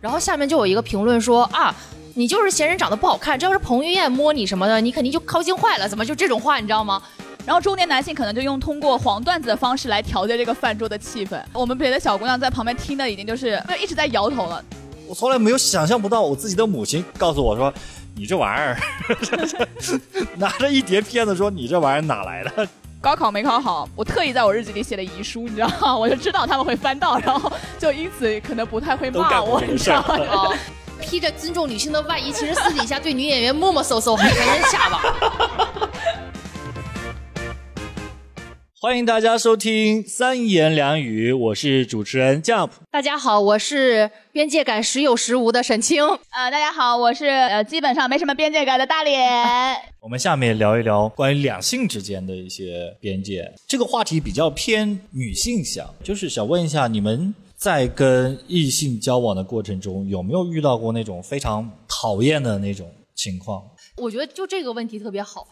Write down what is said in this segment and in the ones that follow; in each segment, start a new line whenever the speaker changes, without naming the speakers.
然后下面就有一个评论说啊，你就是嫌人长得不好看，这要是彭于晏摸你什么的，你肯定就高兴坏了，怎么就这种话，你知道吗？
然后中年男性可能就用通过黄段子的方式来调节这个饭桌的气氛。我们别的小姑娘在旁边听的已经就是就一直在摇头了。
我从来没有想象不到，我自己的母亲告诉我说：“你这玩意儿， 拿着一叠片子说你这玩意儿哪来的
高考没考好，我特意在我日记里写了遗书，你知道吗？我就知道他们会翻到，然后就因此可能不太会
都
骂
干过
我，
这个
你知道
事
吗？
啊，披着尊重女性的外衣，其实私底下对女演员摸摸搜搜，还抬人下巴。？”
欢迎大家收听《三言两语》，我是主持人 Jump。
大家好，我是边界感时有时无的沈清。
呃，大家好，我是呃基本上没什么边界感的大 脸。
我们下面聊一聊关于两性之间的一些边界。这个话题比较偏女性向，就是想问一下你们在跟异性交往的过程中，有没有遇到过那种非常讨厌的那种情况？
我觉得就这个问题特别好，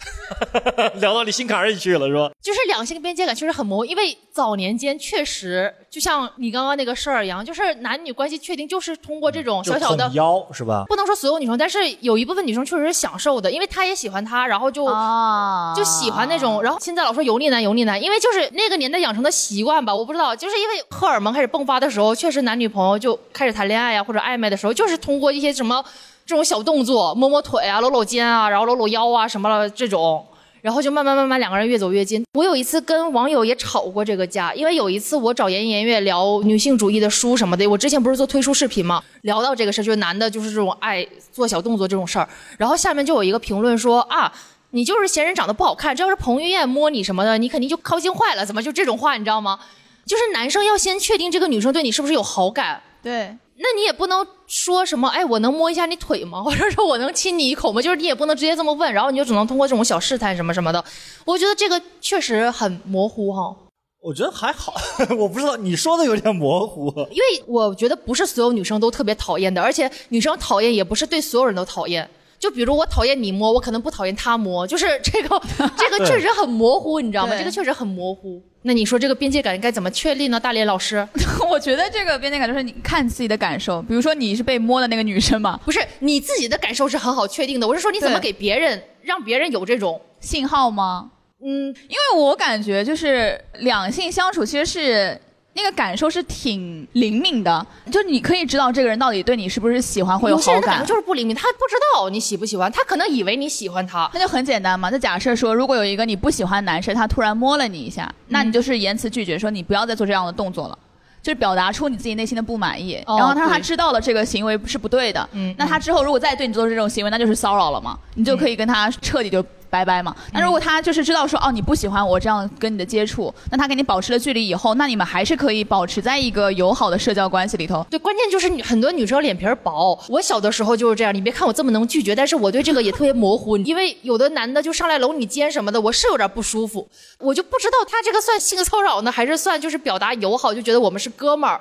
聊到你心坎儿里去了，是吧？
就是两性边界感确实很模糊，因为早年间确实就像你刚刚那个事儿一样，就是男女关系确定就是嗯通过这种
就
哦小小的
碰。腰是吧？
不能说所有女生，但是有一部分女生确实是享受的，因为她也喜欢他，然后就、
啊
就喜欢那
哦
种。然后现在老说油腻男，油腻男，因为就是那个年代养成的习惯吧。我不知道，就是因为荷尔蒙开始迸发的时候，确实男女朋友就开始谈恋爱啊呀、或者暧昧的时候，就是通过一些什么这种小动作，摸摸腿啊，搂搂肩啊，然后搂搂腰啊什么了这种。然后就慢慢慢慢两个人越走越近。我有一次跟网友也吵过这个架，因为有一次我找严严悦聊女性主义的书什么的，我之前不是做推书视频嘛，聊到这个事儿，就是男的就是这种爱做小动作这种事儿，然后下面就有一个评论说啊。你就是嫌人长得不好看，这要是彭于晏摸你什么的，你肯定就高兴坏了。怎么就这种话，你知道吗？就是男生要先确定这个女生对你是不是有好感，
对，
那你也不能说什么，哎，我能摸一下你腿吗？ 或者说我能亲你一口吗？就是你也不能直接这么问，然后你就只能通过这种小试探什么什么的。我觉得这个确实很模糊哈，
我觉得还好， 我不知道你说的有点模糊。
因为我觉得不是所有女生都特别讨厌的，而且女生讨厌也不是对所有人都讨厌。就比如我讨厌你摸，我可能不讨厌他摸，就是这 个这个确实很模糊，你知道吗？
对
这个确实很模糊。那你说这个边界感该怎么确立呢？大连老 师，
我觉得这个边界感就是你看自己的感受，比如说你是被摸的那个女生嘛，
不是你自己的感受是很好确定的，我是说你怎么
对
给别人让别人有这种
信号吗？
嗯
因为我感觉就是两性相处其实是。那个感受是挺灵敏的，就你可以知道这个人到底对你是不是喜欢，会
有些
好
人的感觉就是不灵敏，他不知道你喜不喜欢，他可能以为你喜欢他。
那就很简单嘛。就假设说，如果有一个你不喜欢的男生，他突然摸了你一下，那
嗯
你就是言辞拒绝，说你不要再做这样的动作了。就是表达出你自己内心的不满意，
哦
然后他说
对
他知道了这个行为是不对的，
嗯
那他之后如果再对你做出这种行为，那就是骚扰了嘛，你就可以跟他彻底就拜拜嘛。那
嗯
如果他就是知道说哦你不喜欢我这样跟你的接触，那他跟你保持了距离以后，那你们还是可以保持在一个友好的社交关系里头。
对，关键就是女很多女生脸皮儿薄。我小的时候就是这样，你别看我这么能拒绝，但是我对这个也特别模糊，因为有的男的就上来搂你肩什么的，我是有点不舒服，我就不知道他这个算性骚扰呢，还是算就是表达友好，就觉得我们是哥们儿，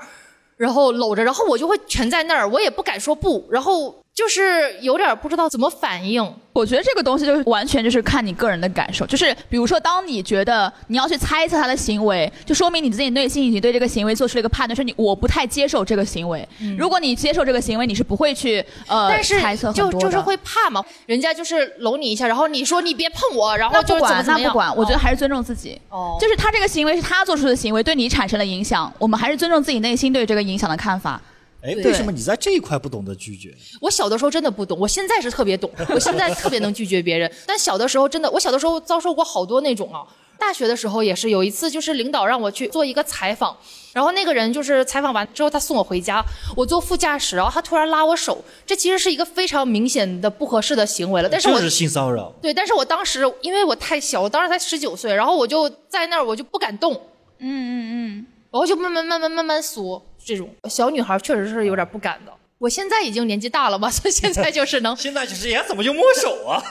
然后搂着，然后我就会蜷在那儿，我也不敢说不，然后就是有点不知道怎么反应。
我觉得这个东西就是完全就是看你个人的感受，就是比如说，当你觉得你要去猜测他的行为，就说明你自己内心已经对这个行为做出了一个判断，说你我不太接受这个行为。如果你接受这个行为，你是不会去呃
但是
猜测很
就
多的
就是会怕嘛，人家就是搂你一下，然后你说你别碰我，然后
那
就
不
是怎么
管
怎么
那
样。
不管，我觉得还是尊重自己。
哦
就是他这个行为是他做出的行为，对你产生了影响，我们还是尊重自己内心对这个影响的看法。
哎，
对
为什么你在这一块不懂得拒绝？
我小的时候真的不懂，我现在是特别懂，我现在特别能拒绝别人。但小的时候真的，我小的时候遭受过好多那种啊。大学的时候也是有一次，就是领导让我去做一个采访，然后那个人就是采访完之后，他送我回家，我坐副驾驶，然后他突然拉我手，这其实是一个非常明显的不合适的行为了。但是我
就是性骚扰。
对，但是我当时因为我太小，我当时才十九岁，然后我就在那儿，我就不敢动，
嗯嗯
然后就慢慢慢慢慢慢缩。这种小女孩确实是有点不敢的。我现在已经年纪大了嘛，所以现在就是 能
现在就是，哎，怎么就摸手啊？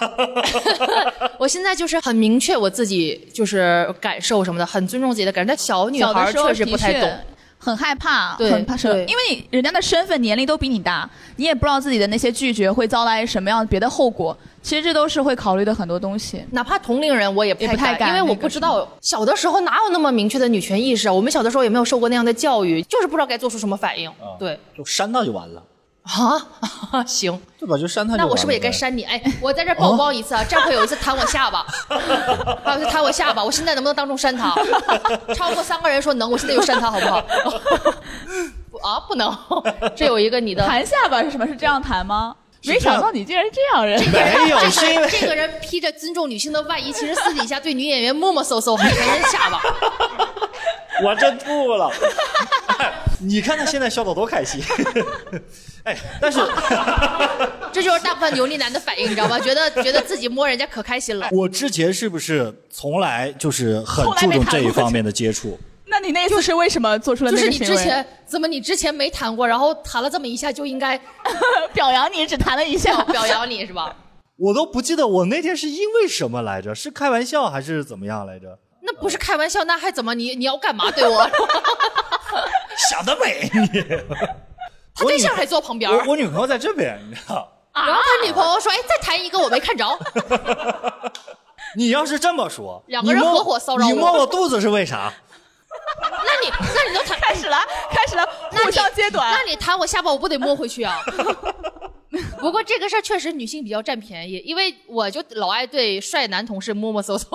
我现在就是很明确我自己就是感受什么的，很尊重自己的感受。但小
嗯，
女
小
孩
的
儿
时候
确实不太
的确
懂。
很害怕，
对
很怕什么？
对
因为你人家的身份、年龄都比你大，你也不知道自己的那些拒绝会遭来什么样的别的后果。其实这都是会考虑的很多东西。
哪怕同龄人，我也不
也不太
太
敢
因为我不知道小的时候哪有那么明确的女权 意识啊。我们小的时候也没有受过那样的教育，就是不知道该做出什么反应。对，
就扇他就完了。
啊， 行，
对吧？就删他就完了呗。哦
那我是不是也该删你？哎，我在这儿曝光一次啊！张奎有一次弹我下巴，还有一次弹我下巴，我现在能不能当众删他？超过三个人说能，我现在就删他，好不 好？不啊，不能，这有一个你的。
弹下巴是什么？是这样弹吗？
是
没
这样
想到你竟然是这样人。
没有，是因为
这个人披着尊重女性的外衣，其实私底下对女演员磨磨嗖嗖，还弹人下巴。
我真吐了。 哎你看他现在笑得多开心。 哎，但是
这就是大部分油腻男的反应，你知道吗？觉得觉得自己摸人家可开心了。
我之前是不是从来就是很
从来
注
没
重
谈
这一
过
方面的接触？
那你那一次是为什么做出了
就
那
是
个
你
行为？
之 前怎么你之前没谈过，然后谈了这么一下就应该
表扬你，只弹了一下
哦
表。表扬你是吧？
我都不记得我那天是因为什么来着，是开玩笑还是怎么样来着？
那不是开玩笑，那还怎么你你要干嘛对 我？
想得美，你
他对象还坐旁边儿
我我女朋友在这边，你知道。
然后他女朋友说：“哎，再谈一个我没 看着。
你要是这么说，
两个人
你摸
合伙骚扰我
你摸我肚子是为啥？
那你那你都 谈，
开始了，开始了，
那
互
你
相揭短
那。你谈我下巴，我不得摸回去啊？ 不过这个事儿确实女性比较占便宜，因为我就老爱对帅男同事摸摸搜搜，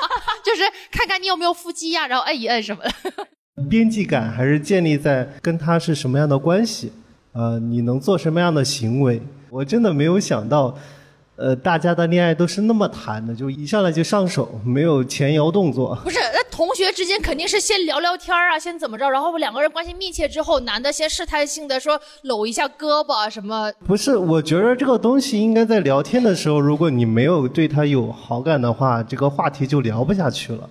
就是看看你有没有腹肌呀、然后摁一摁什么的。
边际感还是建立在跟他是什么样的关系，呃，你能做什么样的行为。我真的没有想到，呃，大家的恋爱都是那么谈的，就一上来就上手，没有前摇动作。
不是，那同学之间肯定是先聊聊天儿啊，先怎么着，然后两个人关系密切之后，男的先试探性的说搂一下胳膊啊什么，
不是，我觉得这个东西应该在聊天的时候，如果你没有对他有好感的话，这个话题就聊不下去了。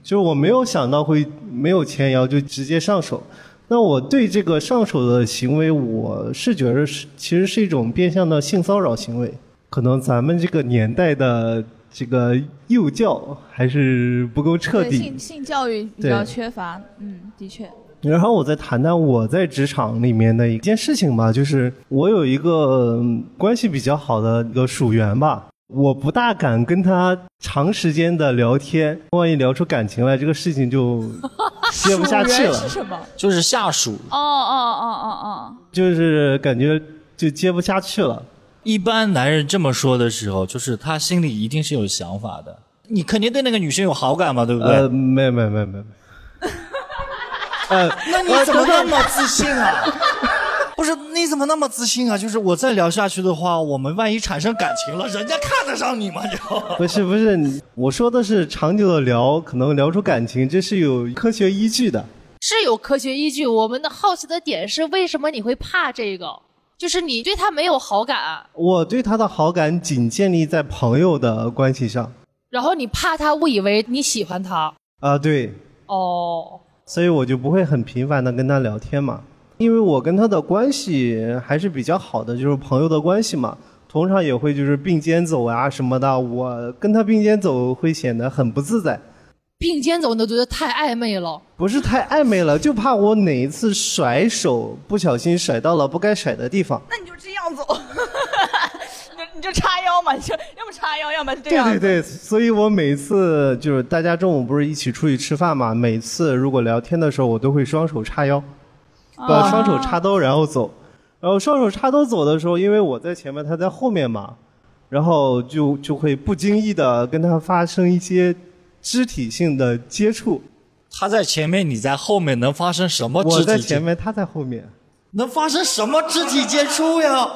就是我没有想到会没有前摇就直接上手。那我对这个上手的行为，我是觉得是其实是一种变相的性骚扰行为。可能咱们这个年代的这个幼教还是不够彻
对
底。
性性教育比
对
较缺乏，嗯，的确。
然后我再谈谈我在职场里面的一件事情吧，就是我有一个嗯关系比较好的一个属员吧，我不大敢跟他长时间的聊天，万一聊出感情来，这个事 情就接不下去
人
了
是，什么？
就是下属。
哦哦哦哦
就是感觉就接不下去了。
一般男人这么说的时候，就是他心里一定是有想法的。你肯定对那个女生有好感嘛，对不对？
呃，没没没没没，呃，
那你怎么那么自信啊？ 不是，你怎么那么自信啊？就是我再聊下去的话，我们万一产生感情了，人家看得上你吗？就
不是不是，你我说的是长久的聊，可能聊出感情，这是有科学依据的。
是有科学依据。我们的好奇的点是，为什么你会怕这个？就是你对他没有好感，
我对他的好感仅建立在朋友的关系上
然后你怕他误以为你喜欢他。
啊、对，
哦，
所以我就不会很频繁的跟他聊天嘛，因为我跟他的关系还是比较好的，就是朋友的关系嘛，通常也会就是并肩走啊什么的，我跟他并肩走会显得很不自在，
并肩走你都觉得太暧昧了。
不是太暧昧了，就怕我哪一次甩手不小心甩到了不该甩的地方。
那你就这样走， 你就你就叉腰嘛，你就要么叉腰，要么是啊这
对
样。
对对，所以我每次就是大家中午不是一起出去吃饭嘛，每次如果聊天的时候，我都会双手叉腰，
啊
把双手插兜然后走，然后双手插兜走的时候，因为我在前面，他在后面嘛，然后就就会不经意的跟他发生一些肢体性的接触，
他在前面，你在后面，能发生什么肢体
我
接触？
在前面，他在后面。
能发生什么肢体接触呀？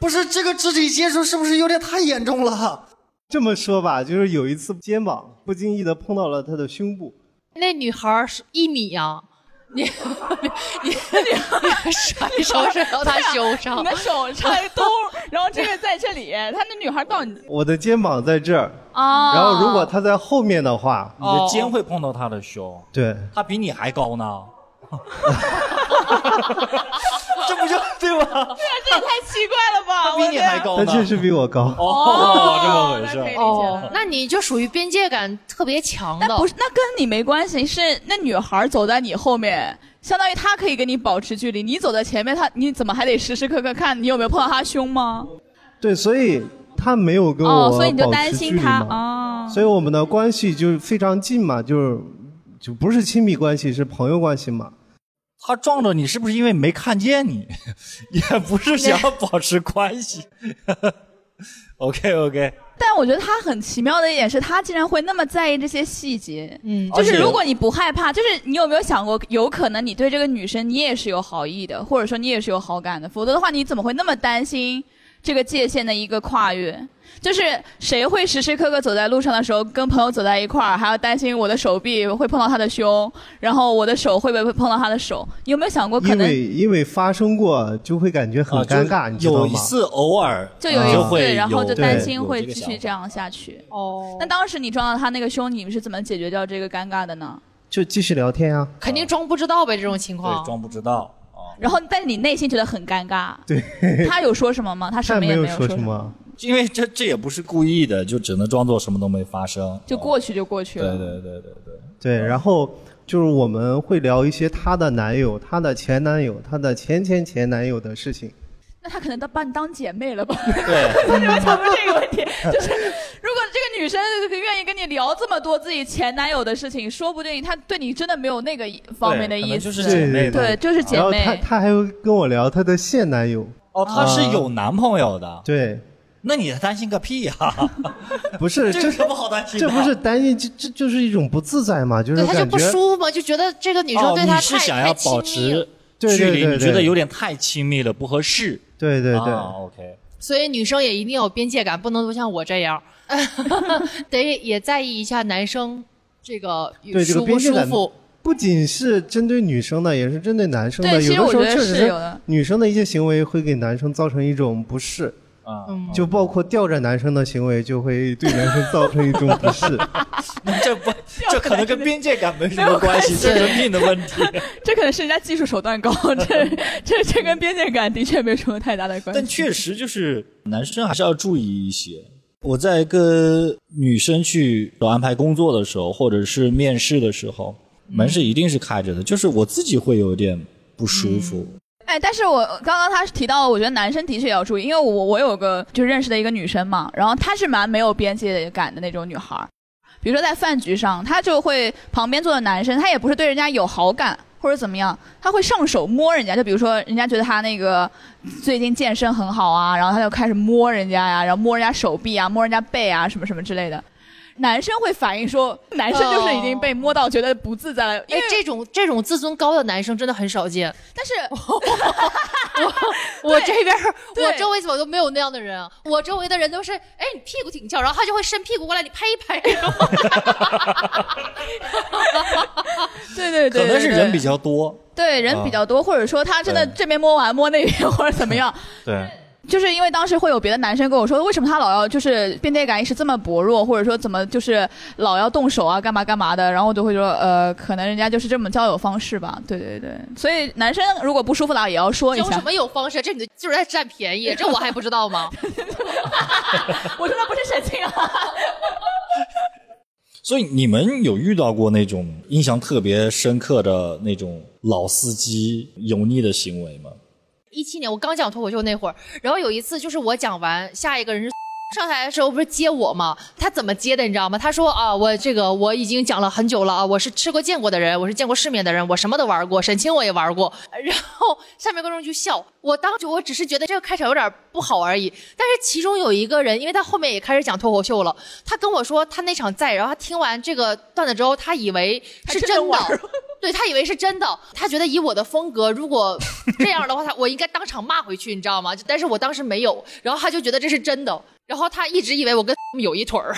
不是这个肢体接触是不是有点太严重了？
这么说吧，就是有一次肩膀不经意的碰到了他的胸部，
那女孩儿是一米呀、你你你你甩手甩到她胸
你
上，
的手插一兜，然后这个在这里，他那女孩到你
我的肩膀在这儿，
啊
然后如果他在后面的话，
你的肩会碰到他的胸，
对。
他比你还高呢。这不就对吧？
这也太奇怪了吧！
他比你还高
他
呢。
确实比我高。
哦，这么回
那可以
事
理。解
哦，那你就属于边界感特别强的
那。不是，那跟你没关系，是那女孩走在你后面，相当于她可以跟你保持距离，你走在前面，她你怎么还得时时刻刻看你有没有碰到她胸吗？
对，所以他没有跟我
哦，
保
所以
持
你
距离嘛，
就担心她啊？
所以我们的关系就是非常近嘛，就是就不是亲密关系，是朋友关系嘛。
他撞着你是不是因为没看见你，也不是想要保持关系？OK OK，
但我觉得他很奇妙的一点是，他竟然会那么在意这些细节。
嗯
就
而
是
且
如果你不害怕，就是你有没有想过，有可能你对这个女生你也是有好意的，或者说你也是有好感的，否则的话你怎么会那么担心这个界限的一个跨越？就是谁会时时刻刻走在路上的时候跟朋友走在一块儿，还要担心我的手臂会碰到他的胸，然后我的手会不会碰到他的手？你有没有想过可
因
能？
为因为发生过，就会感觉很
啊，
尴
就
尬，你知道
有一
吗？
次偶尔
就有一
就
次，
会
然后
有
就担
对
心
有
会
这个
继
想
续
法
这样下去。
哦
那当时你撞到他那个胸，你们是怎么解决掉这个尴尬的呢？
就继续聊 天啊。
肯定装不知道呗，这种情况
对。装不知道啊，
然后，但是你内心觉得很尴尬。
对，
他有说什么吗？他什
但
么也
有
有说
什
什么，
么。
因为这这也不是故意的，就只能装作什么都没发生，
就过去就过去
对
了。
对对对对，
对，然后就是我们会聊一些她的男友、她的前男友、她的前前前男友的事情。
那他可能都把你当姐妹了吧？
对，
为什么才不是这个问题？就是如果这个女生愿意跟你聊这么多自己前男友的事情，说不定她对你真的没有那个方面的
对可
意
能
思。
就是姐
对，
妹的
就是姐
然后她
妹。
她还会跟我聊她的现男友。
哦，她是有男朋友的，
啊对，
那你担心个屁呀、
不 是
这有
这
什么好担心的？啊
这不是担心，这这就是一种不自在嘛，就是
对他就
感
不
觉
舒服嘛，就觉得这个女生
哦，
对他
你
太
是想要
太
保
亲密了
持，距离，
对对对
你
对
觉得有点太亲密了，不合适。
对对对。
啊、，OK，
所以女生也一定要有边界感，不能都像我这 样，得也在意一下男生这个
对这
舒
个
不
边界
舒
感
服。
不仅是针对女生的，也是针对男生的。
对其实
有的时
我
候
觉得
确实
是有的
女生的一些行为会给男生造成一种不适，
啊、
嗯
就包括吊着男生的行为，就会对男生造成一种不适。
那这不，这可能跟边界感没什么关
没
系，
有关系
这是命的问题。
这可能是人家技术手段高，这这这跟边界感的确没有什么太大的关系。
但确实就是男生还是要注意一些。我在跟女生去安排工作的时候，或者是面试的时候，
嗯
门是一定是开着的，就是我自己会有点不舒服。
哎，但是我刚刚他提到，我觉得男生的确也要注意，因为我我有个就认识的一个女生嘛，然后她是蛮没有边界感的那种女孩儿，比如说在饭局上，她就会旁边坐的男生，他也不是对人家有好感或者怎么样，他会上手摸人家，就比如说人家觉得他那个最近健身很好啊，然后他就开始摸人家呀、然后摸人家手臂啊，摸人家背啊，什么什么之类的。男生会反映说，男生就是已经被摸到觉得不自在了，因
哦哎
为，
这种这种自尊高的男生真的很少见。
但是
我这边儿，
对
我周围怎么都没有那样的人啊？我周围的人都是，哎，你屁股挺翘，然后他就会伸屁股过来，你拍一拍。然后
对对对对
可能是
对
人比较多，
对人比较多，或者说他真的
对
这边摸完摸那边或者怎么样，
对，
就是因为当时会有别的男生跟我说，为什么他老要就是边界感意识这么薄弱，或者说怎么就是老要动手啊，干嘛干嘛的，然后我就会说，呃，可能人家就是这么交友方式吧。对对对，所以男生如果不舒服了也要 说一
有什
下。
么有方式？这你就是在占便宜，这我还不知道吗？
我说的不是神 经啊，
所以你们有遇到过那种印象特别深刻的那种老司机油腻的行为吗？
一七年我刚讲脱口秀那会儿，然后有一次就是我讲完，下一个人是 上台的时候不是接我吗？他怎么接的你知道吗？他说啊，我这个我已经讲了很久了啊，我是吃过见过的人，我是见过世面的人，我什么都玩过，沈清我也玩过。 然后下面观众就笑，我当时我只是觉得这个开场有点不好而已。但是其中有一个人，因为他后面也开始讲脱口秀了，他跟我说他那场在，然后他听完这个段子之后，他以为是
真的
真的
玩。
对他以为是真的，他觉得以我的风格，如果 这样的话，他我应该当场骂回去，你知道吗？就但是我当时没有，然后他就觉得这是真的，然后他一直以为我跟 有一腿儿。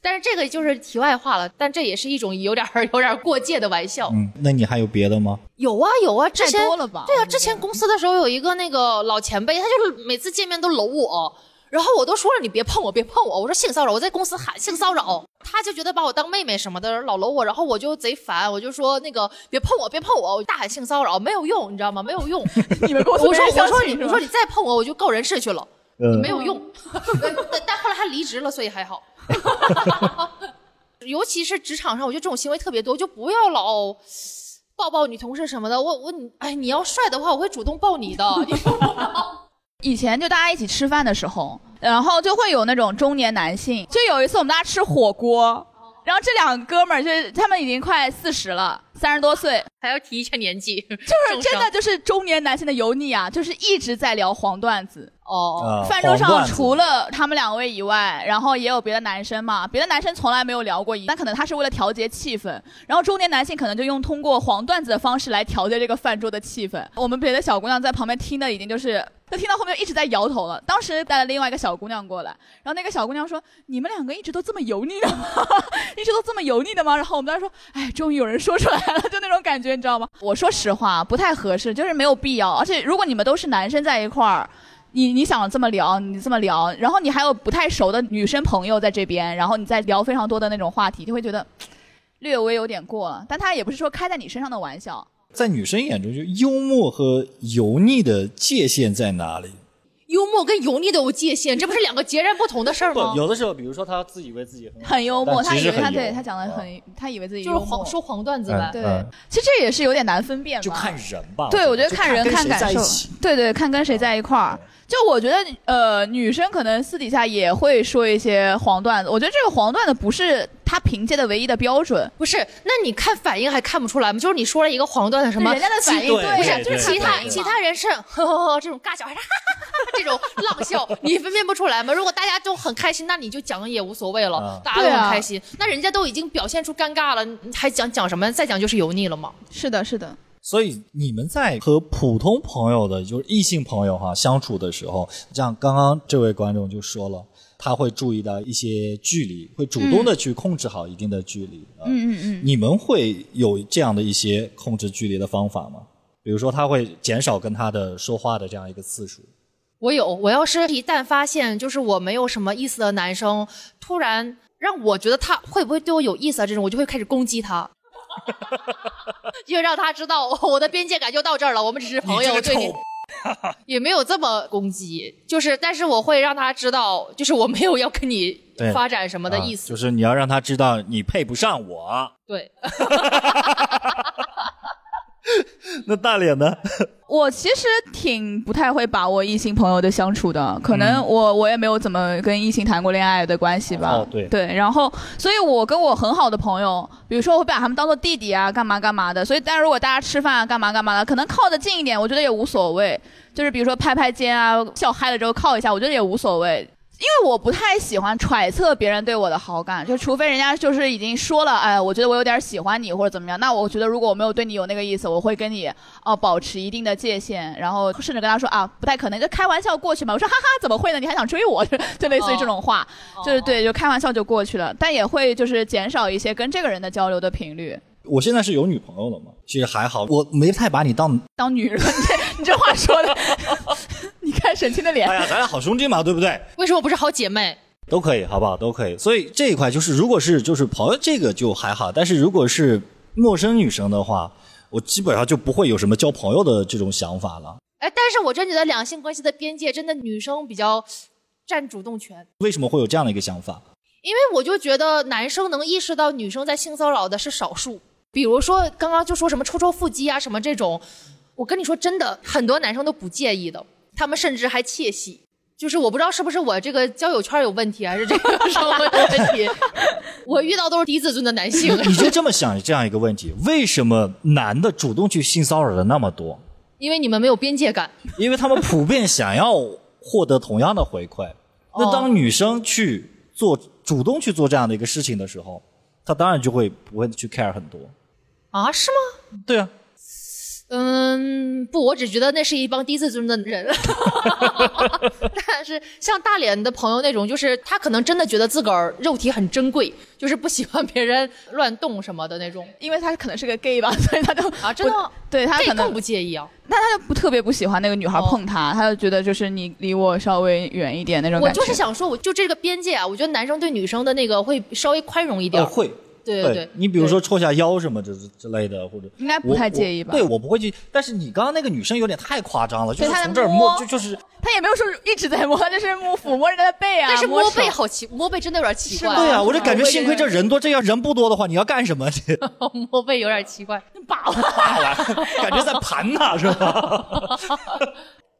但是这个就是题外话了，但这也是一种有点儿有 点儿过界的玩笑。
嗯，那你还有别的吗？
有啊有啊，之
太
前
多了吧？
对啊，之前公司的时候有一个那个老前辈，他就是每次见面都搂我，然后我都说了你别碰我，别碰我，我说性骚扰，我在公司喊性骚扰，他就觉得把我当妹妹什么的，老搂我，然后我就贼烦，我就说那个别碰我，别碰我，我大喊性骚扰没有用，你知道吗？没有用，
你们公司
我
没
说
人
我
相
说
信
你
是
我
吧嗯
说你再碰我，我就告人事去了，
呃，
没有用。但但后来他离职了，所以还好。 尤其是职场上，我觉得这种行为特别多，就不要老抱抱女同事什么的。我我你哎，你要帅的话，我会主动抱你 的。 你说
以前就大家一起吃饭的时候，然后就会有那种中年男性，就有一次我们大家吃火锅，然后这两哥们儿就是他们已经快四十了，三十多岁，
还要提一下年纪，就
就是真的就是中年男性的油腻啊，就是一直在聊黄段子。
哦
啊
饭桌
黄
上
段子
除了他们两位以外，然后也有别的男生嘛，别的男生从来没有聊过，但可能他是为了调节气氛，然后中年男性可能就用通过黄段子的方式来调节这个饭桌的气氛。我们别的小姑娘在旁边听的已经就是。 就听到后面一直在摇头了。当时带了另外一个小姑娘过来，然后那个小姑娘说：“你们两个一直都这么油腻的吗？ 一直都这么油腻的吗？”然后我们当时说：“哎，终于有人说出来了，就那种感觉，你知道吗？”我说实话，不太合适，就是没有必要。而且如果你们都是男生在一块儿，你你想这么聊，你这么聊，然后你还有不太熟的女生朋友在这边，然后你再聊非常多的那种话题，就会觉得嘖略微有点过了。但他也不是说开在你身上的玩笑，
在女生眼中，就幽默和油腻的界限在哪里？
幽默跟油腻都有界限，这不是两个截然不同的事儿
不
吗，？
有的时候，比如说他自以为自己很好
很幽默。
但
他
其
以
实
为他
很
对
油
他讲的
啊
很，他以为自己
就是
幽默
黄说黄段子
嗯
呗。
对
嗯，
其实这也是有点难分辨吧。
就看人吧。
对，我觉得
就
看人
跟
看
谁
感
在一
受
起，
对对，看跟谁在一块儿。就我觉得，呃，女生可能私底下也会说一些黄段子。我觉得这个黄段子不是她凭借的唯一的标准，
不是，那你看反应还看不出来吗？就是你说了一个黄段子什么，
人家的反应
对
不
呀
是，
就是
其
看
他
反应嘛
其他人是 呵呵呵这种尬笑， 还是哈哈哈哈这种浪笑， 你分辨不出来吗？如果大家都很开心，那你就讲也无所谓了，
啊
大家都
对
很
啊
开心。那人家都已经表现出尴尬了，你还讲讲什么？再讲就是油腻了嘛。
是的，是的，
所以你们在和普通朋友的，就是异性朋友哈、相处的时候，像刚刚这位观众就说了，他会注意到一些距离，会主动的去控制好一定的距离。嗯
嗯嗯嗯，
你们会有这样的一些控制距离的方法吗？比如说，他会减少跟他的说话的这样一个次数。
我有，我要是一旦发现就是我没有什么意思的男生，突然让我觉得他会不会对我有意思啊，这种我就会开始攻击他。 就让他知道 我的边界感就到这儿了，我们只是朋友，对你也没有这么攻击，就是但是我会让他知道，就是我没有要跟你
对
发展什么的意
啊
思，
就是你要让他知道你配不上我。
对。
那大脸呢？
我其实挺不太会把握异性朋友的相处的，可能我、我也没有怎么跟异性谈过恋爱的关系吧。
哦对
对，然后所以，我跟我很好的朋友，比如说我会把他们当做弟弟啊，干嘛干嘛的。所以，但如果大家吃饭啊，干嘛干嘛的，可能靠得近一点，我觉得也无所谓。就是比如说拍拍肩啊，笑嗨了之后靠一下，我觉得也无所谓。因为啊我不太喜欢揣测别人对我的好感，就除非人家就是已经说了，哎，我觉得我有点喜欢你或者怎么样，那我觉得如果我没有对你有那个意思，我会跟你哦保持一定的界限，然后甚至跟他说啊不太可能，就开玩笑过去嘛。我说哈哈，怎么会呢？你还想追我？ 就类似于这种话，
哦
就是 对，就开玩笑就过去了，但也会就是减少一些跟这个人的交流的频率。
我现在是有女朋友了嘛？其实还好，我没太把你当
当女人， 你这你这话说的， 你看沈清的脸
哎，呀，咱俩好兄弟嘛，对不对？
为什么不是好姐妹？
都可以，好不好？都可以。所以这一块就是，如果是就是朋友，这个就还好。但是如果是陌生女生的话，我基本上就不会有什么交朋友的这种想法了。
哎，但是我真觉得两性关系的边界真的女生比较占主动权。
为什么会有这样的一个想法？
因为我就觉得男生能意识到女生在性骚扰的是少数，比如说刚刚就说什么抽抽腹肌啊什么这种，我跟你说真的，很多男生都不介意的，他们甚至还窃喜。就是我不知道是不是我这个交友圈有问题，还是这个什么问题，我遇到都是低自尊的男性，
你就这么想这样一个问题：为什么男的主动去性骚扰的那么多？
因为你们没有边界感。
因为他们普遍想要获得同样的回馈。那当女生去做主动去做这样的一个事情的时候，她当然就会不会去 care 很多。
啊，是吗？
对啊，
嗯，不，我只觉得那是一帮低自尊的人。 但是像大脸的朋友那种，就是他可能真的觉得自个儿肉体很珍贵，就是不喜欢别人乱动什么的那种
因为他可能是个 gay 吧，所以他就
啊，真的
不
吗，
对他
这
可能
更不哦介意啊。
那他就不特别不喜欢那个女孩碰他，他就觉得就是你离我稍微远一点那种
我
感觉。
就是想说，我就这个边界啊，我觉得男生对女生的那个会稍微宽容一点
呃
儿。
会。
对对对
你比如说戳下腰什么之之类的，或者
应该不
我
太介意吧
我对我不会去，但是你刚刚那个女生有点太夸张了，就
对
是
她在
从这儿
摸
就就是
他也没有说一直在摸，他就是摸抚摸人家的背啊，
但是摸
手
背好奇，摸背真的有点奇怪。
对啊，我就感觉
我也
幸亏这
觉
人多，这要人不多的话，你要干什么？ 你
摸背有点奇怪。
把玩。
大玩，感觉在盘他是吧？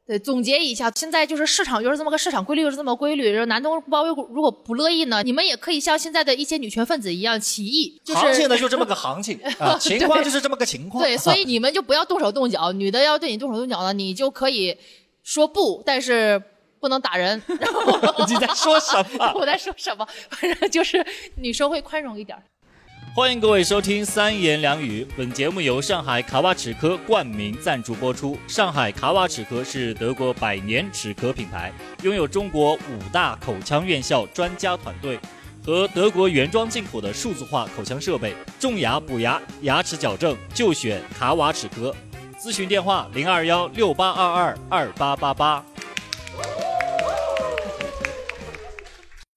对，总结一下，现在就是市场就是这么个市场规律，就是这么规律。然后男同胞如果如果不乐意呢，你们也可以像现在的一些女权分子一样起义，就是
行情呢就这么个行情啊，情况就是这么个情况。
对，所以你们就不要动手动脚，女的要对你动手动脚呢，你就可以说不，但是不能打人。 然后
你在说什么？
我在说什么？反正就是女生会宽容一点。
欢迎各位收听《三言两语》。本节目由上海卡瓦齿科冠名赞助播出。上海卡瓦齿科是德国百年齿科品牌，拥有中国五大口腔院校专家团队和德国原装进口的数字化口腔设备，种牙、补牙、牙齿矫正就选卡瓦齿科。咨询电话：零二幺六八二二二八八八。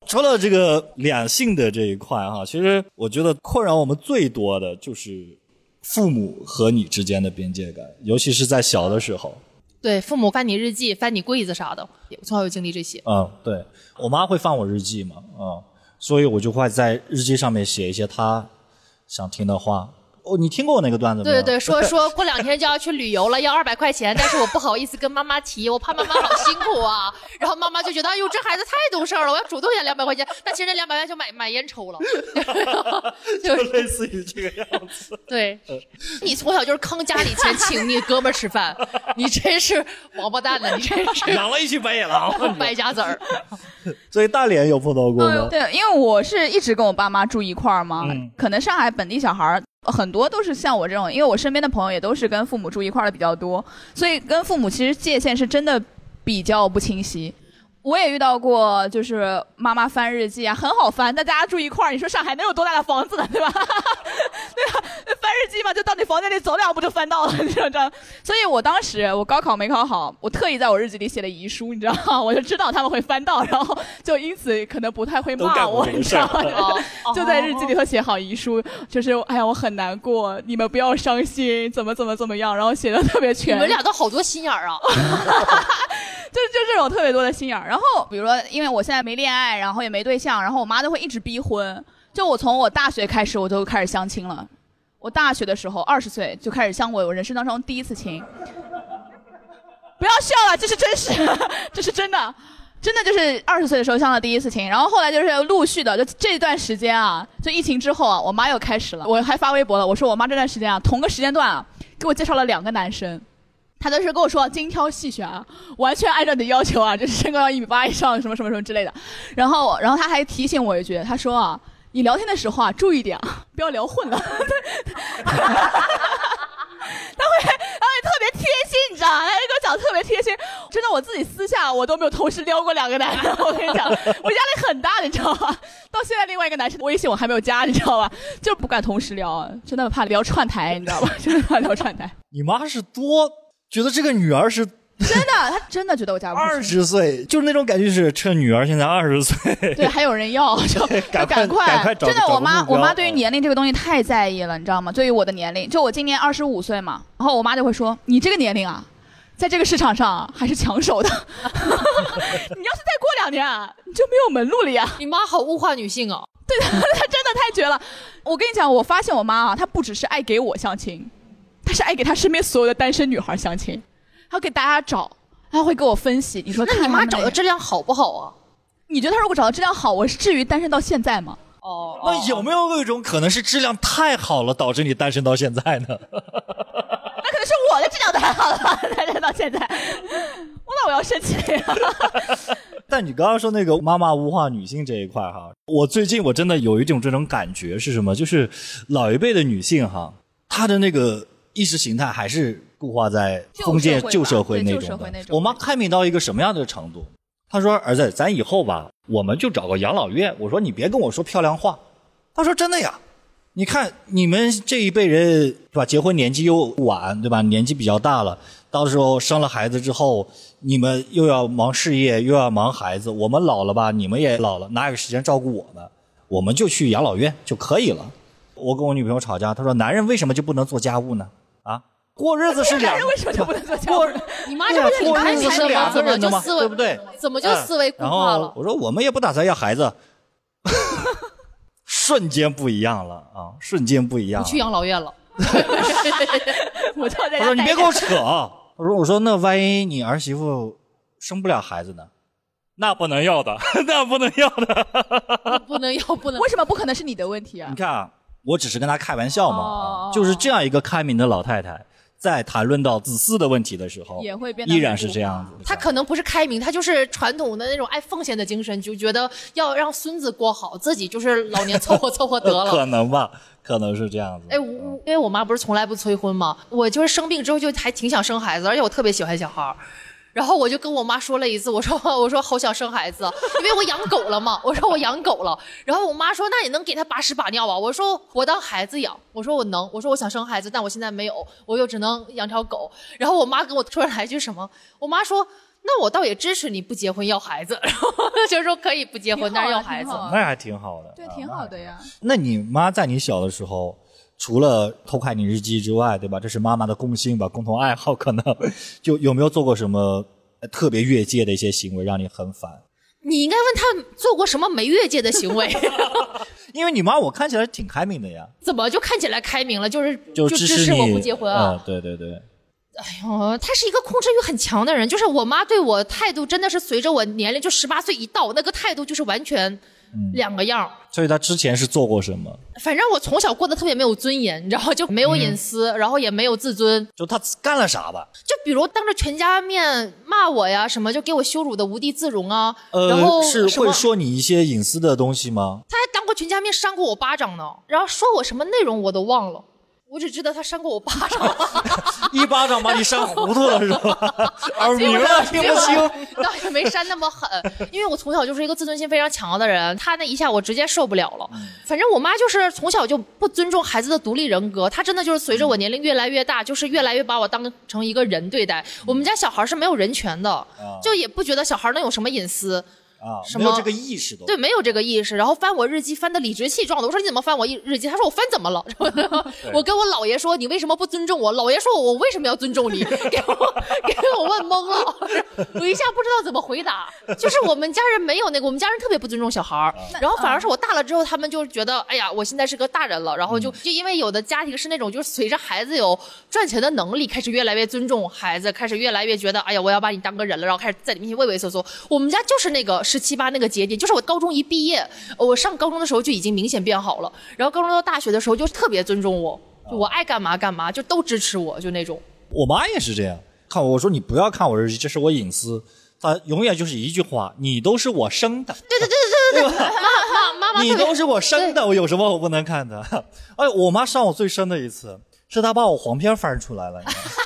除了这个两性的这一块哈、其实我觉得困扰我们最多的就是父母和你之间的边界感，尤其是在小的时候。
对，父母翻你日记、翻你柜子啥的，我从小就经历这些。
嗯，对我妈会翻我日记嘛，嗯，所以我就会在日记上面写一些她想听的话。哦，你听过我那个段子没
对
有？
对对， 说说过两天就要去旅游了，要二百块钱，但是我不好意思跟妈妈提，我怕妈妈好辛苦啊。 然后妈妈就觉得，哎呦，这孩子太懂事儿了，我要主动要两百块钱。但其实那两百块钱就买买烟抽 了。
就类似于这个样 子。
对，
呃
你从小就是坑家里钱，请你哥们儿吃 饭，你真是王八蛋了，你真是
养了一群白眼狼，啊
败家子 儿。
所以大连有碰到过吗？
对，因为我是一直跟我爸妈住一块儿嘛，
嗯
可能上海本地小孩儿很多都是像我这种，因为我身边的朋友也都是跟父母住一块儿的比较多，所以跟父母其实界限是真的比较不清晰。我也遇到过，就是妈妈翻日记啊，很好翻，但大家住一块儿，你说上海能有多大的房子呢，对吧？ 对吧？翻日记嘛，就到你房间里走两步就翻到了，你知道这样。所以我当时我高考没考好，我特意在我日记里写了遗书，你知道吗？我就知道他们会翻到，然后就因此可能不太会
都干
骂
过
我，
这个
你知
事儿
道吗？
哦
就在日记里头写好遗书，就是哎呀我很难过，你们不要伤心，怎么怎么怎么样，然后写的特别
你
全。
们俩都好多心眼儿啊！
就是就这种特别多的心眼儿。然后比如说，因为我现在没恋爱，然后也没对象，然后我妈都会一直逼婚。就我从我大学开始，我就开始相亲了。我大学的时候，二十岁就开始相我我人生当中第一次亲。不要笑了，这是真实， 这是真的，真的就是二十岁的时候相了第一次亲，然后后来就是陆续的，就这段时间啊，就疫情之后啊，我妈又开始了，我还发微博了，我说我妈这段时间啊，同个时间段啊，给我介绍了两个男生。他都是跟我说精挑细选啊，完全按照你的要求啊，就是身高要一米八以上，什么什么什么之类的。然后，然后他还提醒我一句，他说啊，你聊天的时候啊，注意点啊，不要聊混了。他会，他会特别贴心，你知道吗？他就跟我讲得特别贴心，真的，我自己私下我都没有同时撩过两个男的，我跟你讲，我压力很大，你知道吗？到现在另外一个男生微信我还没有加，你知道吧？就是不敢同时撩，真的怕聊串台，你知道吧？真的怕聊串台，
你妈是多觉得这个女儿是
真的，他真的觉得我加不
二十岁，就是那种感觉是趁女儿现在二十 岁，
对，还有人要，就
对
就
赶快
快，
赶快找
真的，
找
我
个
妈
目
我
标
妈对于
嗯
年龄这个东西太在意了，你知道吗？对于我的年龄，就我今年二十五岁嘛，然后我妈就会说：“你这个年龄啊，在这个市场上啊还是抢手的， 你要是再过两年啊，你就没有门路了呀。”
你妈好物化女性啊！
她真的太绝了。我跟你讲，我发现我妈啊，她不只是爱给我相亲，她是爱给她身边所有的单身女孩相亲，她给大家找，她会给我分析。你说
那你
看
妈
她们
找
那
的
个
质量好不好啊？
你觉得她如果找的质量好，我是至于单身到现在吗？
哦，哦
那有没有一种可能是质量太好了，导致你单身到现在呢？
那可能是我的质量太好了吧，才能到现在。我那我要生气了。
但你刚刚说那个妈妈物化女性这一块哈，我最近我真的有一种这种感觉是什么？就是老一辈的女性哈，她的那个意识形态还是固化在封建旧
旧
社
社
会
会吧
那
对旧社
种
会
的
那。种
我妈开明到一个什么样的程度？她说：“儿子，咱以后吧，我们就找个养老院。”我说：“你别跟我说漂亮话。”她说：“真的呀。”你看，你们这一辈人对吧？结婚年纪又晚，对吧？年纪比较大了，到时候生了孩子之后，你们又要忙事业，又要忙孩子。我们老了吧，你们也老了，哪有时间照顾我们？我们就去养老院就可以了。我跟我女朋友吵架，她说：“男人为什么就不能做家务呢？啊，过日子是两
男人为什么就不能做家务
过
呢？
你妈这不是你
对
开
啊过日子
明
是
的吗？
两个
怎么
人的
就
嘛，
思维
对不对？
怎么就思维固
嗯然
化
后
了？
我说我们也不打算要孩子， 瞬间不一样了啊，瞬间不一样
我
了。
去养老院了。
我就在
他
家
说你
待
别
着
跟我扯， 我说我说那万一你儿媳妇生不了孩子呢？那不能要的， 那不能要的。
不能要，不能
为什么不可能是你的问题啊
你？看啊，我只是跟她开玩笑嘛，
哦
啊就是这样一个开明的老太太，在谈论到子嗣的问题的时候，
也会变得
依然是这样子。
他可能不是开明，他就是传统的那种爱奉献的精神，就觉得要让孙子过好，自己就是老年凑合凑合得
呃可
了。
能吧，可能是这样子。
哎，我我因为我妈不是从来不催婚嘛，我就是生病之后就还挺想生孩子，而且我特别喜欢小孩儿。然后我就跟我妈说了一次，我说 我说好想生孩子，因为我养狗了嘛，我说我养狗了。然后我妈说那你能给它把屎把尿啊？我说我当孩子养，我说我能，我说我想生孩子，但我现在没有，我就只能养条狗。然后我妈跟我突然来一句什么？我妈说那我倒也支持你不结婚要孩子，然后 就是说可以不结婚，
挺好
但是
啊
要孩子
挺。好啊
那还挺好的，
对
啊，
挺好的。 呀。
那你妈在你小的时候，除了偷看你日记之外，对吧？这是妈妈的共性吧，共同爱好可能 就有没有做过什么呃特别越界的一些行为，让你很烦？
你应该问她做过什么没越界的行为，
因为你妈我看起来挺开明的呀，
怎么就看起来开明了，就是
就
支
支
持
你
我不结婚啊？
嗯对对对，
哦，他是一个控制欲很强的人，就是我妈对我态度真的是随着我年龄就十八岁一到，那个态度就是完全
嗯
两个样儿。
所以她之前是做过什么？
反正我从小过得特别没有尊严，你知道吗，就没有隐私，
嗯
然后也没有自尊。
就她干了啥吧？
就比如当着全家面骂我呀，什么就给我羞辱的无地自容啊，然后
呃，是
什么
会说你一些隐私的东西吗？
他还当过全家面扇过我巴掌呢，然后说我什么内容我都忘了，我只知道他扇过我巴掌。
一巴掌把你扇糊涂了是 吧？耳鸣了，听不清。
倒也没扇那么狠，因为我从小就是一个自尊心非常强的人，他那一下我直接受不了了。
嗯
反正我妈就是从小就不尊重孩子的独立人格，她真的就是随着
嗯
我年龄越来越大，就是越来越把我当成一个人对待。我
嗯
们家小孩是没有人权的，就也不觉得小孩能有什么隐私。
啊，
什
没
么
有这个意识都。
对，没有这个意识。然后翻我日记，翻的理直气壮的。我说你怎么翻我日日记？他说我翻怎么了？ 我跟我姥爷说你为什么不尊重我？姥爷说我为什么要尊重你？ 给我给我问懵了， 我一下不知道怎么回答。就是我们家人没有那个，我们家人特别不尊重小孩儿，然后反而是我大了之后，他们就觉得哎呀，我现在是个大人了，然后就就因为有的家庭是那种就是随着孩子有赚钱的能力，开始越来越尊重孩子，开始越来越觉得哎呀，我要把你当个人了，然后开始在你面前畏畏缩缩。我们家就是那个十七八那个节点，就是我高中一毕业，呃我上高中的时候就已经明显变好了，然后高中到大学的时候就特别尊重我，就我爱干嘛干嘛，就都支持我，就那种。
我妈也是这样，看我我说你不要看我日记，这是我隐私。她永远就是一句话：你都是我生的，
对对对对对对，妈妈妈妈
你
特别
都是我生的，我有什么我不能看的？ 哎，我妈上我最深的一次，是她把我黄片翻出来了， 你知道吗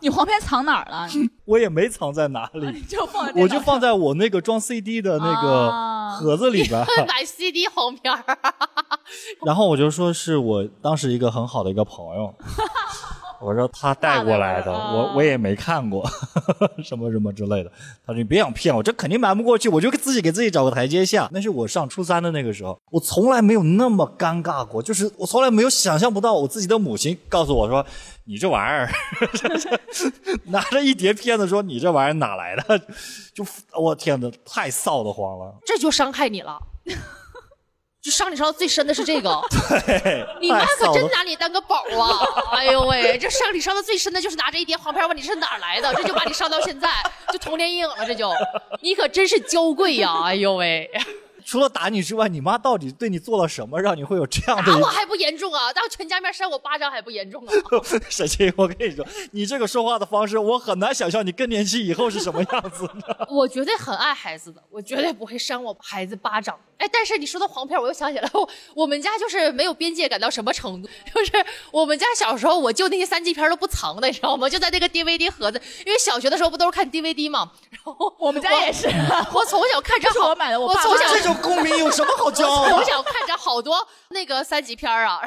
你黄片藏哪儿了？你
我也没藏在哪 里，
就放在电脑
我就放在我那个装 CD 的那
啊
个盒子里边。
买 CD 黄片儿，
然后我就说是我当时一个很好的一个朋友，我说他带过来的，我我也没看过，
啊
什么什么之类的。他说你别想骗我，这肯定瞒不过去，我就自己给自己找个台阶下。那是我上初三的那个时候，我从来没有那么尴尬过，就是我从来没有想象不到我自己的母亲告诉我说你这玩意儿， 拿着一叠片子说你这玩意儿哪来的，就我天呐，太臊得慌了。
这就伤害 你了。就伤你伤的最深的是这个，你妈
太臊
可
得
真拿你当个宝啊！ 哎呦喂，这伤你伤的最深的就是拿着一叠黄片问你是哪儿来的，这就把你伤到现在，就童年阴影了。这就，你可真是娇贵呀、 哎呦喂，
除了打你之外，你妈到底对你做了什么，让你会有这样的
打
一
我
个
还不严重啊，当全家面扇我巴掌还不严重啊？
神经？我跟你说，你这个说话的方式，我很难想象你更年期以后是什么样子的。
我绝对很爱孩子的，我绝对不会扇我孩子巴掌。哎，但是你说到黄片儿，我又想起来，我我们家就是没有边界感到什么程度， 就是我们家小时候，我就那些三级片儿都不藏的，你知道吗？就在那个 DVD 盒子，因为小学的时候不都是看 DVD 嘛，然后
我们家也 是，
我从小看着
这是
好，
我买的我
我
爸
从
妈
小
这种公民有什么好骄傲
从
的？
小看着好多那个三级片儿啊，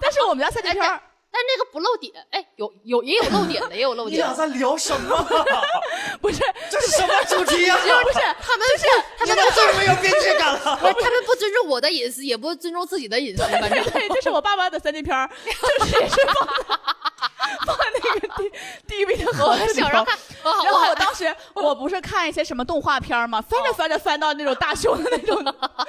但是我们家三级片儿，
但那个不露点，哎，有有也有露点的，也有露
你
点
俩。在聊什么？哎
不是
这是什么主题呀、
不是
他们是他
你
们
们最没有边界感啊了。
不是他们不尊重我的隐私，也不尊重自己的隐私，反正。
对，这是我爸爸的三级片儿，就是 也是放在放在那个 D D V 的盒
我
子里
小时候
头
看，我好，
然后
我
我当 当时我不是看一些什么动画片儿嘛，
哦
翻着翻着翻到那种大胸的 那种，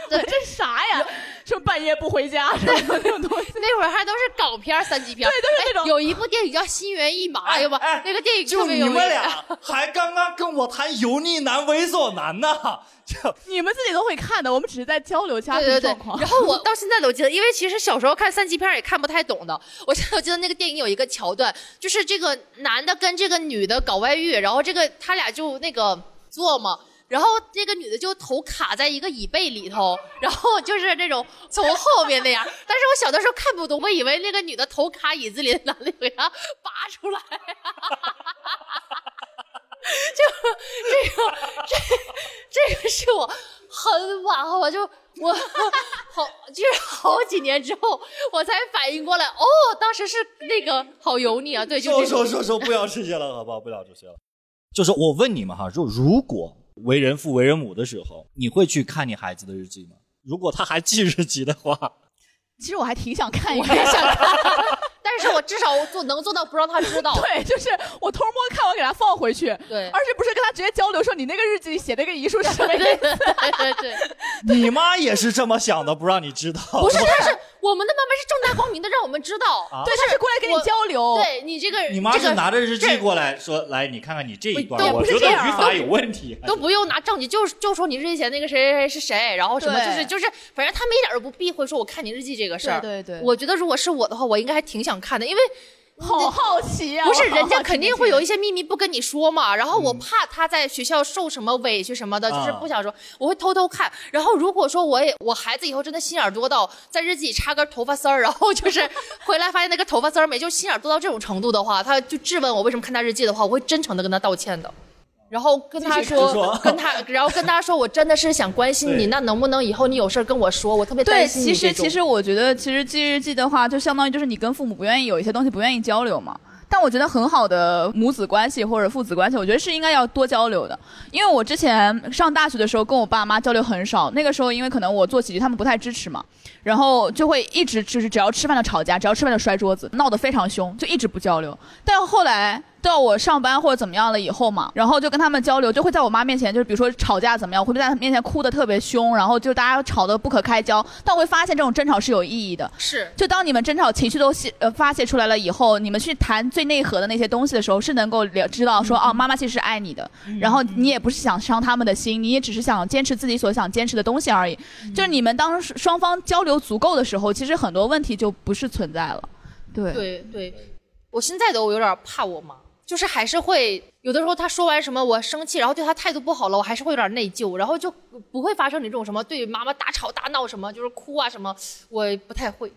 对，这啥呀？什么半夜不 回家什么那种东西。
那会儿还都是港片儿、三级片儿，
对都是那
哎
种
有一部电影叫《心猿意马》，哎呦吧，那个电影特
就
别
你
有
们
意思
俩还刚刚跟我谈油腻男、猥琐男呢， 这
你们自己都会看的，我们只是在交流家
对
庭
对对
状况。，
然后我到现在都记得，因为其实小时候看三级片儿也看不太懂的。 我现在我记得那个电影有一个桥段，就是这个男的跟这个女的搞外遇，然后这个他俩就那个做嘛，然后这个女的就头卡在一个椅背里头，然后就是那 种从后面那样。但是我小的时候看不懂，我以为那个女的头卡椅子里，男的给她拔出来。 就这个这这个是我很晚，啊我就我 好就是好几年之后我才反应过来，哦，当时是那个好油腻啊，对，就
说
这种
说说说不聊这些了，好不好？不聊这些了。就是我问你们哈，就如果为人父为人母的时候，你会去看你孩子的日记吗？如果他还记日记的话，
其实我还挺想看一
我也
看。
想 看，但是我至少我做能做到不让他知道。
对，就是我偷摸看，我给他放回去。
对
而且不是跟他直接交流，说你那个日记里写那个 遗书是什么意
对
思？
对对对，
你妈也是这么想的，不让你知道。
不是，但是我们的妈妈是正大光明的，让我们知道。
啊
对，他是过来跟
我
你交流。
对你这个，
你妈
这
是
个
拿着日记过来说：“来，你看看你这一段
对，
我
不是
觉得
这样
语法有问题。”
都不用拿证据，就是就说你日记前那个谁谁谁是谁，然后什么就
对
是就是，反正他们一点都不避讳说我看你日记这个事儿。
对对对
我觉得如果是我的话，我应该还挺想看的，因为
好好奇啊！
不是
我好好
人
奇
家肯定会有一
这
些秘密不跟你说嘛，然后我怕他在学校受什么委屈什么的，就是不想说，我会偷偷看。然后如果说我也我孩子以后真的心眼儿多到在日记里插根头发丝儿，然后就是 回来发现那个头发丝儿没，就心眼儿多到这种程度的话，他就质问我为什么看他日记的话，我会真诚的跟他道歉的。然后跟他
继续
说，
说
跟 他，然后跟他说，我真的是想关心
对
你，那能不能以后你有事儿跟我说？我特别
对，
担心你
其实
这种
其实我觉得，其实记日记的话，就相当于就是你跟父母不愿意有一些东西不愿意交流嘛。但我觉得很好的母子关系或者父子关系，我觉得是应该要多交流的。因为我之前上大学的时候跟我爸妈交流很少，那个时候因为可能我做喜剧，他们不太支持嘛，然后就会一直就是只要吃饭就吵架，只要吃饭就摔桌子，闹得非常凶，就一直不交流。但后来到我上班或者怎么样了以后嘛，然后就跟他们交流，就会在我妈面前，就是比如说吵架怎么样，我会在她面前哭得特别凶，然后就大家吵得不可开交。但我会发现这种争吵是有意义的，
是
就当你们争吵情绪都泄呃发泄出来了以后，你们去谈最内核的那些东西的时候，是能够了知道说、哦，妈妈其实是爱你的，然后你也不是想伤他们的心，你也只是想坚持自己所想坚持的东西而已。就是你们当双方交流足够的时候，其实很多问题就不是存在了。对，
对对，我现在都有点怕我妈，就是还是会有的时候她说完什么我生气，然后对她态度不好了，我还是会有点内疚，然后就不会发生你这种什么对妈妈大吵大闹什么，就是哭啊什么，我不太 会。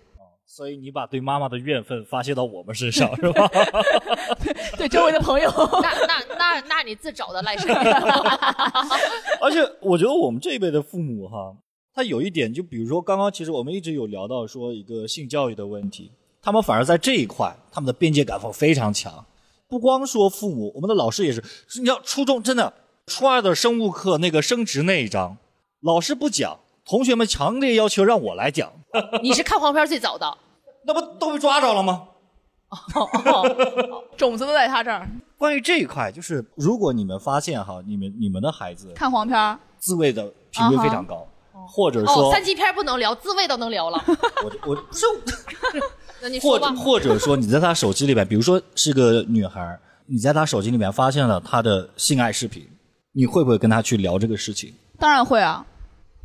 所以你把对妈妈的怨愤发泄到我们身上，是吧？
对周围的朋友。
那那那那你自找的赖谁？
而且我觉得我们这一辈的父母哈，他有一点，就比如说刚刚其实我们一直有聊到说一个性教育的问题，他们反而在这一块他们的边界感非常强。不光说父母，我们的老师也是。你要初中真的初二的生物课那个生殖那一章，老师不讲，同学们强烈要求让我来讲，
你是看黄片最早的，
那不都被抓着了吗？
种子都在他这儿。
关于这一块，就是如果你们发现哈，你们你们的孩子
看黄片儿，
自慰的频率非常高，或者说、
哦，三级片不能聊，自慰都能聊了。
我我不是
那你 说
或者
吧，
或者说你在他手机里面，比如说是个女孩儿，你在他手机里面发现了他的性爱视频，你会不会跟他去聊这个事情？
当然会啊。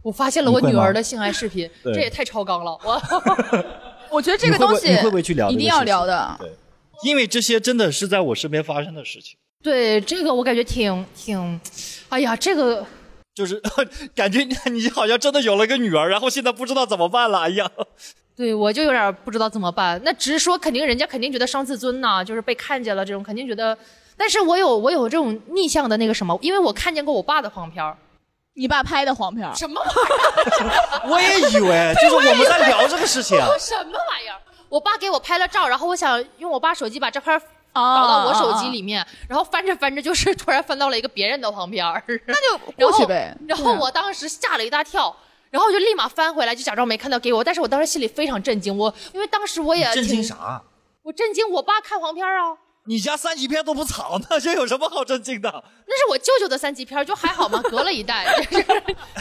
我发现了我
你会
女
吗
儿的性爱视频，
对
这也太超纲了。 我
我觉得这个东西
你会不会你会不会去聊这
一
个
定要
事情
聊的。
对，因为这些真的是在我身边发生的事情，
对这个我感觉挺挺，哎呀，这个
就是 感觉你你好像真的有了个女儿，然后现在不知道怎么办了 哎一样。
对，我就有点不知道怎么办。那直说，肯定人家肯定觉得伤自尊呐、就是被看见了这种，肯定觉得。但是我有我有这种逆向的那个什么，因为我看见过我爸的黄片儿，
你爸拍的黄片儿，
什么
我也以为，就是我们在聊这个事情 啊。
什么玩意儿？我爸给我拍了照，然后我想用我爸手机把照片
啊
导到我手机里面，
嗯
然后翻着翻着，就是突然翻到了一个别人的黄片儿，
那就
然
过
后
去呗。
然
对
后
啊
我当时吓了一大跳。然后我就立马翻回来，就假装没看到给我，但是我当时心里非常震惊，我因为当时我也
震惊
挺
啥？
我震惊，我爸看黄片儿啊，
你家三级片都不藏呢，这有什么好震惊 的？
那是我舅舅的三级片儿，就还好嘛，隔了一 代。但是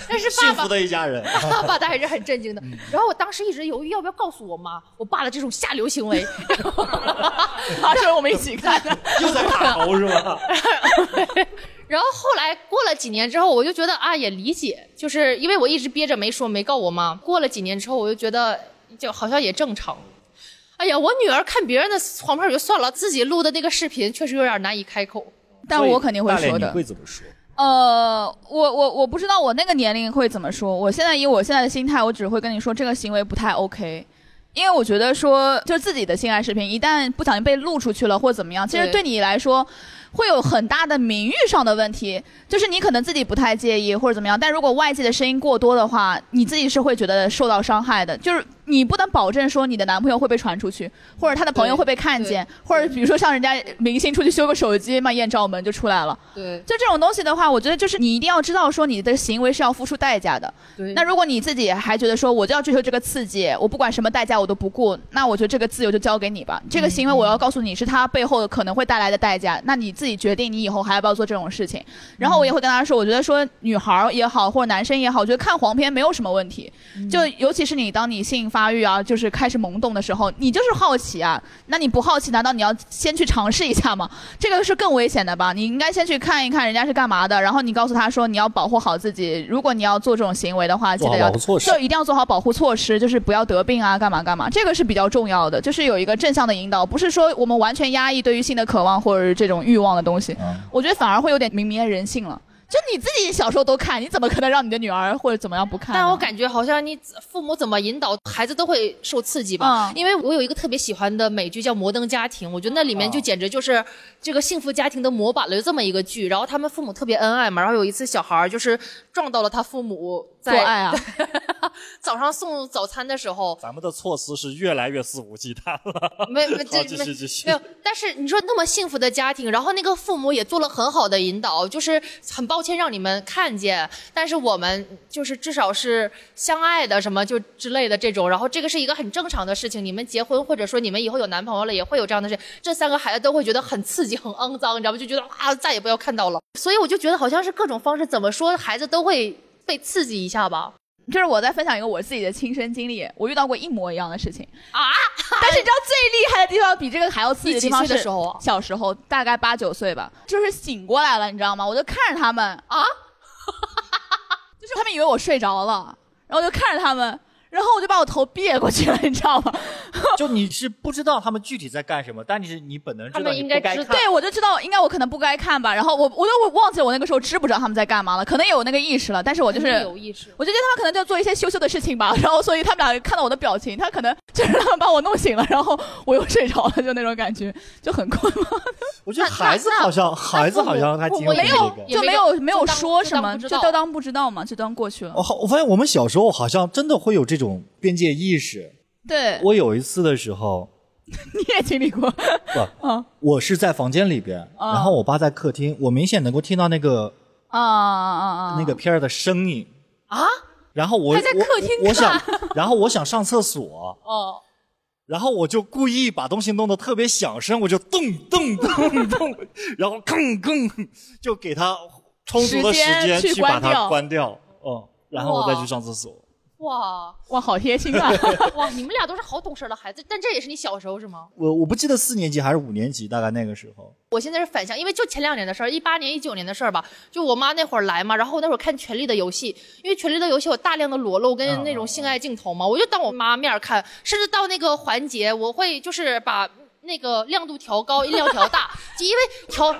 但是
幸
爸
福
爸
的一嗯家人。
爸爸他还是很震惊的。然后我当时一直犹豫要不要告诉我妈我爸的这种下流行为。
他说我们一起看的。
又在打头是 吧？
然后后来过了几年之后，我就觉得啊也理解，就是因为我一直憋着没说没告我妈。过了几年之后，我就觉得就好像也正常。哎呀，我女儿看别人的黄片儿也就算了，自己录的那个视频确实有点难以开口。
但我肯定会
大
说
脸你
的。
会怎么说？
呃，我我我不知道我那个年龄会怎么说。我现在以我现在的心态，我只会跟你说这个行为不太 OK，因为我觉得说就是自己的性爱视频一旦不小心被露出去了或怎么样，其实
对
对你来说。会有很大的名誉上的问题，就是你可能自己不太介意或者怎么样，但如果外界的声音过多的话，你自己是会觉得受到伤害的。就是你不能保证说你的男朋友会被传出去，或者他的朋友
对
会被看
对
见，或者比如说像人家明星出去修个手机嘛，艳照门就出来了。
对
就这种东西的话，我觉得就是你一定要知道说你的行为是要付出代价的。
对
那如果你自己还觉得说我就要追求这个刺激，我不管什么代价我都不顾，那我觉得这个自由就交给你吧。这个行为我要告诉你是它背后可能会带来的代价，那你自己决定你以后还要不要做这种事情。然后我也会跟大家说，我觉得说女孩儿也好或者男生也好，我觉得看黄片没有什么问题，就尤其是你当你性发育啊，就是开始懵懂的时候，你就是好奇啊，那你不好奇，难道你要先去尝试一下吗？这个是更危险的吧？你应该先去看一看人家是干嘛的，然后你告诉他说你要保护好自己，如果你要做这种行为的话，记
做好
得要
保护措施
就一定要做好保护措施，就是不要得病啊，干嘛干嘛，这个是比较重要的，就是有一个正向的引导，不是说我们完全压抑对于性的渴望或者是这种欲望的东西，
嗯
我觉得反而会有点泯灭人性了。就你自己小时候都看，你怎么可能让你的女儿或者怎么样不看呢？
但我感觉好像你父母怎么引导孩子都会受刺激吧，
嗯
因为我有一个特别喜欢的美剧叫《摩登家庭》，我觉得那里面
哦
就简直就是这个幸福家庭的模板了，就这么一个剧。然后他们父母特别恩爱嘛，然后有一次小孩儿就是撞到了他父母在
做爱啊，
早上送早餐的时候，
咱们的措施是越来越肆无忌惮 了。
没没
好
这
继
没
续继续
没有，但是你说那么幸福的家庭，然后那个父母也做了很好的引导，就是很抱歉让你们看见，但是我们就是至少是相爱的什么就之类的这种，然后这个是一个很正常的事情。你们结婚或者说你们以后有男朋友了，也会有这样的事。这三个孩子都会觉得很刺激、很肮脏，你知道吗？就觉得啊，再也不要看到了。所以我就觉得好像是各种方式，怎么说孩子都会被刺激一下吧。
就是我在分享一个我自己的亲身经历，我遇到过一模一样的事情啊！ 但是你知道最厉害的地方，比这个还要刺激的地方
你几
是
岁的时候啊
小时候大概八九岁吧，就是醒过来了，你知道吗？我就看着他们啊， 就是他们以为我睡着了，然后我就看着他们，然后我就把我头别过去了，你知道 吗？
就你是不知道他们具体在干什么，但你是你本能知
他
道
们
你
应
不
该
该
知
看。
道
对，我就知道应该我可能不该看吧，然后我我都我忘记了我那个时候知不知道他们在干嘛了，可能有那个意识了，但是我就是
有意识。
我就觉得他们可能就做一些羞羞的事情吧， 然后所以他们俩看到我的表情，他可能就是他们把我弄醒了，然后我又睡着了，就那种感觉，就很困嘛，
我觉得孩子好像，孩子好像还挺
父
有
母
这
没
有
个。
也
就
没
没
有
有没有
就当
说
就
什
当
么，
不知
就
道
都当不知道嘛，就当过去了
我。哦好，我发现我们小时候好像真的会有这种边界意识。
对，
我有一次的时候，
你也经 历过，
啊
不，我是在房间里边，然后我爸在客厅，我明显能够听到那个
啊啊啊！
那个片儿的声音
啊。
然后我
还在
我
客厅
我我想，然后我想上厕所，
哦，
然后我就故意把东西弄得特别响声，我就咚咚咚咚，然后吭吭，就给它充足的时间
时间去
去把
关
它
掉
关掉。嗯，然后我再去上厕所。
哇
哇，好贴心 啊！
哇，你们俩都是好懂事儿的孩子，但这也是你小时候是吗？
我我不记得四年级还是五年级，大概那个时候。
我现在是反向，因为就前两年的事儿，一八年、一九年的事儿吧。就我妈那会儿来嘛，然后我那会儿看《权力的游戏》，因为《权力的游戏》有大量的裸露
嗯
跟那种性爱镜头嘛，我就当我妈面儿看，甚至到那个环节，我会就是把那个亮度调高，音量调大， 就因为调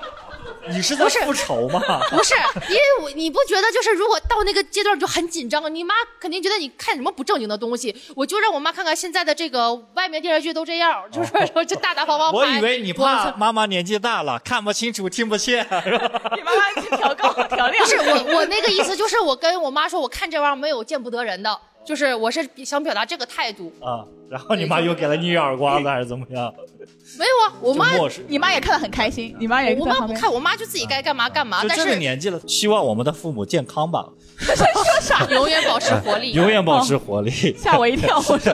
你是在复仇吗？
不是，因为我你不觉得就是如果到那个阶段就很紧张，你妈肯定觉得你看什么不正经的东西。我就让我妈看看现在的这个外面电视剧都这样，就是说这大大方方拍。
哦我以为你
哦我
怕妈妈年纪大了看不清楚、听不见。
你妈妈去调高调亮，
不是我，我那个意思就是我跟我妈说，我看这玩意儿没有见不得人的，就是我是想表达这个态度。
啊，然后你妈又给了你一耳刮子还是怎么样？
没有啊，我妈
就漠视。
你妈也看得很开心，你妈也
我
在
妈
旁
不
边
看，我妈就自己该干嘛干嘛。啊
就
但
这个
是
年纪了，希望我们的父母健康吧，
永远保持活力。
永远保持活力。
吓我一跳，我说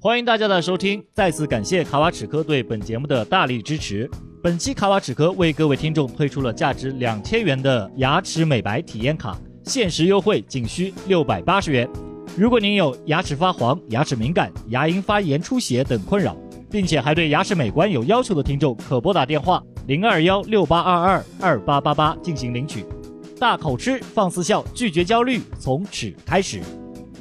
欢迎大家的收听，再次感谢卡瓦齿科对本节目的大力支持。本期卡瓦齿科为各位听众推出了价值两千元的牙齿美白体验卡，限时优惠仅需六百八十元。如果您有牙齿发黄、牙齿敏感、牙龈发炎、出血等困扰，并且还对牙齿美观有要求的听众，可拨打电话零二幺六八二二二八八八进行领取。大口吃，放肆笑，拒绝焦虑，从齿开始。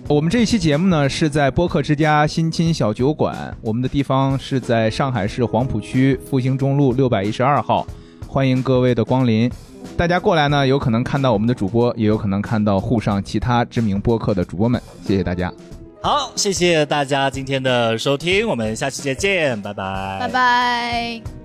我们这一期节目呢是在播客之家新青小酒馆，我们的地方是在上海市黄浦区复兴中路六百一十二号，欢迎各位的光临。大家过来呢，有可能看到我们的主播，也有可能看到沪上其他知名播客的主播们。谢谢大家。
好，谢谢大家今天的收听，我们下期再见，拜拜，
拜拜。